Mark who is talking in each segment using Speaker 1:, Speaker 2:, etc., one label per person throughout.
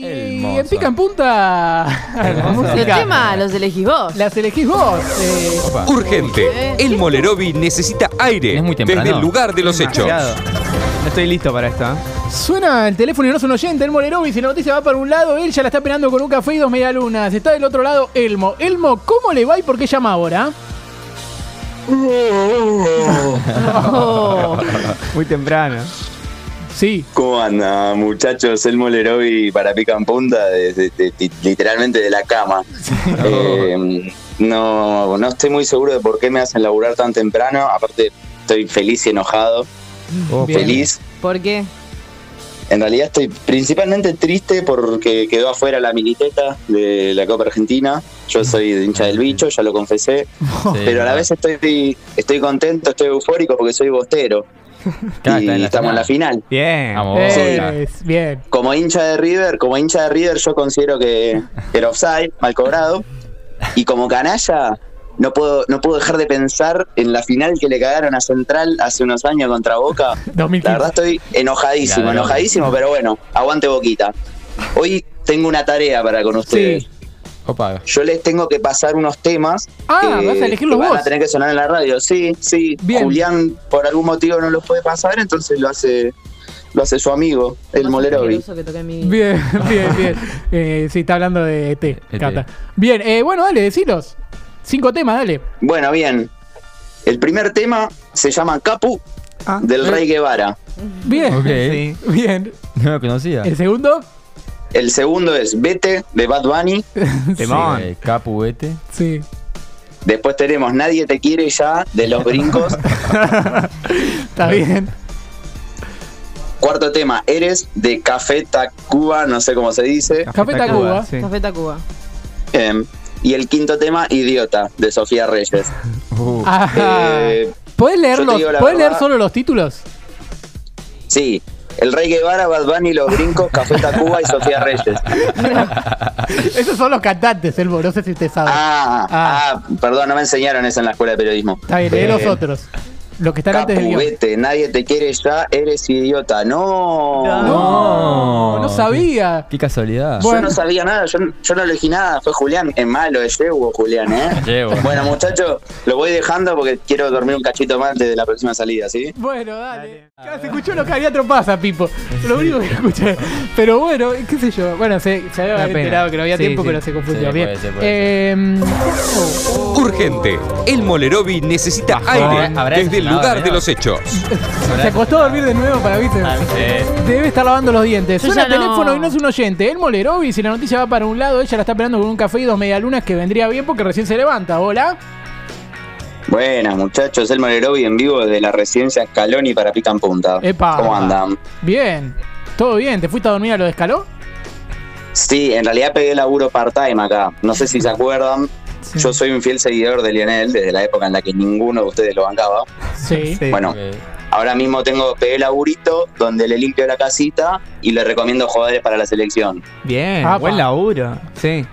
Speaker 1: Y en pica en punta. la
Speaker 2: Los
Speaker 1: música.
Speaker 2: temas los elegís vos.
Speaker 1: Las elegís vos. eh,
Speaker 3: Opa.
Speaker 4: Urgente. El Molerovi necesita aire
Speaker 3: Es muy temprano.
Speaker 4: desde el lugar de los hechos.
Speaker 5: Demasiado. No estoy listo para esto. ¿eh?
Speaker 1: Suena el teléfono y no es un oyente, Elmo Lerovi. Si la noticia va para un lado, él ya la está esperando con un café y dos medialunas. Está del otro lado, Elmo. Elmo, ¿cómo le va y por qué llama ahora?
Speaker 2: Oh.
Speaker 5: Muy temprano.
Speaker 1: Sí.
Speaker 6: ¿Cómo anda, muchachos? El Molerovi para Pica en Punta, desde- de- de- literalmente de la cama. Eh, no, no estoy muy seguro de por qué me hacen laburar tan temprano. Aparte, estoy feliz y enojado.
Speaker 1: Bien.
Speaker 6: Feliz.
Speaker 2: ¿Por qué?
Speaker 6: En realidad estoy principalmente triste porque quedó afuera la militeta de la Copa Argentina. Yo soy hincha del bicho, ya lo confesé.
Speaker 3: Oh,
Speaker 6: Pero a la vez estoy, estoy contento, estoy eufórico porque soy bostero.
Speaker 3: Claro,
Speaker 6: y
Speaker 3: está en la
Speaker 6: estamos en la final.
Speaker 5: Bien.
Speaker 3: Vamos, Boca.
Speaker 1: Eh, Es, bien.
Speaker 6: como hincha de River, como hincha de River, yo considero que que era offside, mal cobrado. Y como canalla, no puedo, no puedo dejar de pensar en la final que le cagaron a Central hace unos años contra Boca.
Speaker 1: 2015.
Speaker 6: La verdad estoy enojadísimo,
Speaker 3: Ladrón.
Speaker 6: enojadísimo, pero bueno, aguante boquita. Hoy tengo una tarea para con ustedes.
Speaker 1: Sí.
Speaker 3: Opa.
Speaker 6: Yo les tengo que pasar unos temas.
Speaker 1: Ah,
Speaker 6: que-
Speaker 1: vas a elegirlos
Speaker 6: que van
Speaker 1: vos.
Speaker 6: a tener que sonar en la radio. Sí, sí.
Speaker 1: Bien.
Speaker 6: Julián por algún motivo no los puede pasar, entonces lo hace, lo hace su amigo, el
Speaker 2: Más
Speaker 6: Molerovi.
Speaker 2: asqueroso que toqué en mi vida.
Speaker 1: Bien, bien, bien. Eh, sí, está hablando de E T,
Speaker 3: ET.
Speaker 1: Cata. Bien, eh, bueno, dale, decilos. Cinco temas, dale.
Speaker 6: Bueno, bien. El primer tema se llama Capu
Speaker 5: Ah.
Speaker 6: del Rey Guevara.
Speaker 1: Bien,
Speaker 3: Ok.
Speaker 5: Sí.
Speaker 1: bien.
Speaker 3: No lo conocía.
Speaker 1: El segundo,
Speaker 6: El segundo es Vete de Bad Bunny.
Speaker 1: Eh.
Speaker 5: Temón.
Speaker 3: Sí, Capuete.
Speaker 1: sí.
Speaker 6: Después tenemos Nadie te quiere ya de los brincos.
Speaker 1: Está bien.
Speaker 6: Cuarto tema, Eres de Café Tacuba, no sé cómo se dice.
Speaker 1: Café Tacuba.
Speaker 5: sí.
Speaker 2: Café Tacuba.
Speaker 6: Em, y el quinto tema, Idiota de Sofía Reyes.
Speaker 3: Uh,
Speaker 1: Ajá.
Speaker 6: Eh,
Speaker 1: ¿Puedes, leer
Speaker 6: yo te
Speaker 1: los-
Speaker 6: digo la
Speaker 1: ¿puedes leer
Speaker 6: verdad.
Speaker 1: solo los títulos?
Speaker 6: sí, el Rey Guevara, Bad Bunny, los brincos, Café Tacuba y Sofía Reyes.
Speaker 1: Esos son los cantantes, Elmo. No sé si usted sabe.
Speaker 6: Ah,
Speaker 1: Ah.
Speaker 6: ah, perdón, no me enseñaron eso en la escuela de periodismo.
Speaker 1: Está bien, lee
Speaker 6: Eh,
Speaker 1: los otros. Los que están antes del guión.
Speaker 6: Capuvete, nadie te quiere ya, eres idiota. No.
Speaker 1: No, no sabía.
Speaker 3: qué casualidad.
Speaker 6: Yo
Speaker 1: Bueno.
Speaker 6: no sabía nada, yo, yo no elegí nada, fue Julián, es malo, es Yevo, Julián, ¿eh?
Speaker 3: Llevo.
Speaker 6: bueno, muchachos, lo voy dejando porque quiero dormir un cachito más desde la próxima salida, ¿sí?
Speaker 1: Bueno, dale. Ya se escuchó lo que había tropasa, Pipo. Lo único que escuché. Pero bueno, qué sé yo. Bueno, se, se había
Speaker 5: Una pena.
Speaker 1: enterado que no había
Speaker 5: Sí,
Speaker 1: tiempo,
Speaker 5: sí.
Speaker 1: pero se confundió.
Speaker 3: Sí,
Speaker 1: Bien.
Speaker 3: puede ser, puede
Speaker 1: Eh,
Speaker 4: Urgente. El Molerovi necesita aire
Speaker 3: habrá
Speaker 4: desde el
Speaker 3: desayunado,
Speaker 4: lugar de
Speaker 3: ¿no?
Speaker 4: los hechos.
Speaker 1: se acostó a dormir de nuevo para viste.
Speaker 3: Eh,
Speaker 1: Debe estar lavando los dientes.
Speaker 2: Yo
Speaker 1: Suena el
Speaker 2: ya no.
Speaker 1: teléfono y no es un oyente. El Molerovi, si la noticia va para un lado, ella la está esperando con un café y dos medialunas que vendría bien porque recién se levanta. Hola.
Speaker 6: Buenas, muchachos, el Molerovi en vivo desde la residencia Scaloni para Pican Punta.
Speaker 1: Epa.
Speaker 6: ¿Cómo andan?
Speaker 1: Bien. Todo bien. ¿Te fuiste a dormir a lo de escaló?
Speaker 6: Sí, en realidad pegué laburo part-time acá. No sé si se acuerdan,
Speaker 1: Sí.
Speaker 6: yo soy un fiel seguidor de Lionel desde la época en la que ninguno de ustedes lo bancaba.
Speaker 1: Sí.
Speaker 5: Sí.
Speaker 6: Bueno,
Speaker 3: Ok.
Speaker 6: Ahora mismo tengo pegué laburito donde le limpio la casita y le recomiendo jugadores para la selección.
Speaker 5: Bien.
Speaker 1: Apa.
Speaker 5: Buen laburo. Sí.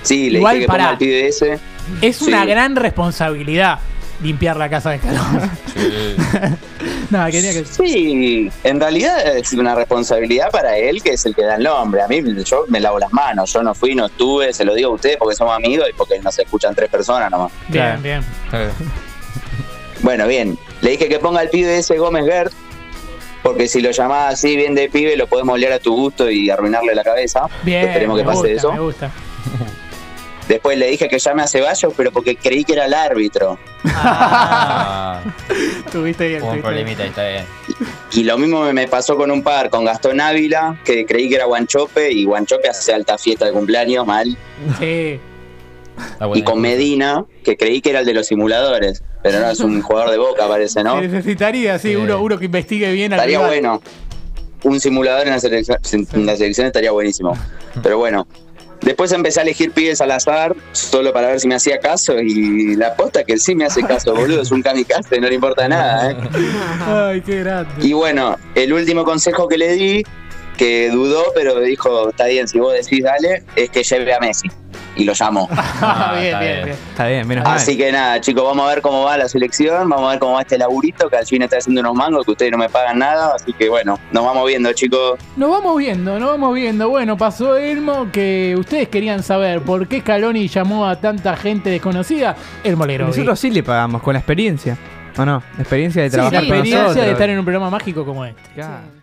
Speaker 6: Sí, le
Speaker 1: Igual,
Speaker 6: dije que
Speaker 1: pará.
Speaker 6: ponga al pibe ese.
Speaker 1: Es
Speaker 6: Sí.
Speaker 1: una gran responsabilidad limpiar la casa de escaló. Nada, quería que.
Speaker 6: Sí, en realidad es una responsabilidad para él que es el que da el nombre. A mí yo me lavo las manos, yo no fui, no estuve, se lo digo a ustedes porque somos amigos y porque nos escuchan tres personas nomás.
Speaker 1: Bien, bien.
Speaker 6: Bueno, bien, le dije que ponga al pibe ese Gómez Gert porque si lo llamás así bien de pibe lo podés molear a tu gusto y arruinarle la cabeza.
Speaker 1: Bien.
Speaker 6: Esperemos que
Speaker 1: me
Speaker 6: pase
Speaker 1: gusta,
Speaker 6: eso.
Speaker 1: Me gusta.
Speaker 6: Después le dije que llame a Ceballos, pero porque creí que era el árbitro.
Speaker 3: Ah,
Speaker 1: Tuviste bien.
Speaker 3: hubo un
Speaker 1: tuviste bien.
Speaker 3: problemita, está bien.
Speaker 6: Y lo mismo me- me pasó con un par, con Gastón Ávila, que creí que era Guanchope, y Guanchope hace alta fiesta de cumpleaños, mal.
Speaker 1: Sí.
Speaker 3: Está
Speaker 6: Y
Speaker 3: bueno.
Speaker 6: con Medina, que creí que era el de los simuladores, pero no, es un jugador de boca, parece, ¿no?
Speaker 1: Se necesitaría, sí,
Speaker 3: Sí.
Speaker 1: Uno, uno que investigue bien. al
Speaker 6: Estaría
Speaker 1: rival.
Speaker 6: bueno. Un simulador en la, selección, en la selección estaría buenísimo. Pero bueno. Después empecé a elegir pibes al azar, solo para ver si me hacía caso, y la aposta que sí me hace caso, boludo, es un kamikaze, no le importa nada, ¿eh?
Speaker 1: Ay, qué grande.
Speaker 6: Y bueno, el último consejo que le di, que dudó, pero dijo, está bien, si vos decís dale, es que lleve a Messi. y lo llamo.
Speaker 7: Ah,
Speaker 1: bien,
Speaker 7: está
Speaker 1: bien,
Speaker 7: bien.
Speaker 1: bien.
Speaker 3: Está bien, menos mal.
Speaker 6: Así que nada, chicos, vamos a ver cómo va la selección, vamos a ver cómo va este laburito, que al fin está haciendo unos mangos, que ustedes no me pagan nada, así que bueno, nos vamos viendo, chicos.
Speaker 1: Nos vamos viendo, nos vamos viendo. Bueno, pasó Elmo que ustedes querían saber por qué Scaloni llamó a tanta gente desconocida. El molero.
Speaker 3: Nosotros sí le pagamos, con la experiencia. ¿O no? La experiencia de
Speaker 1: la
Speaker 3: trabajar con
Speaker 1: experiencia
Speaker 3: nosotros.
Speaker 1: de estar en un programa mágico como este.
Speaker 3: Claro.
Speaker 2: Sí.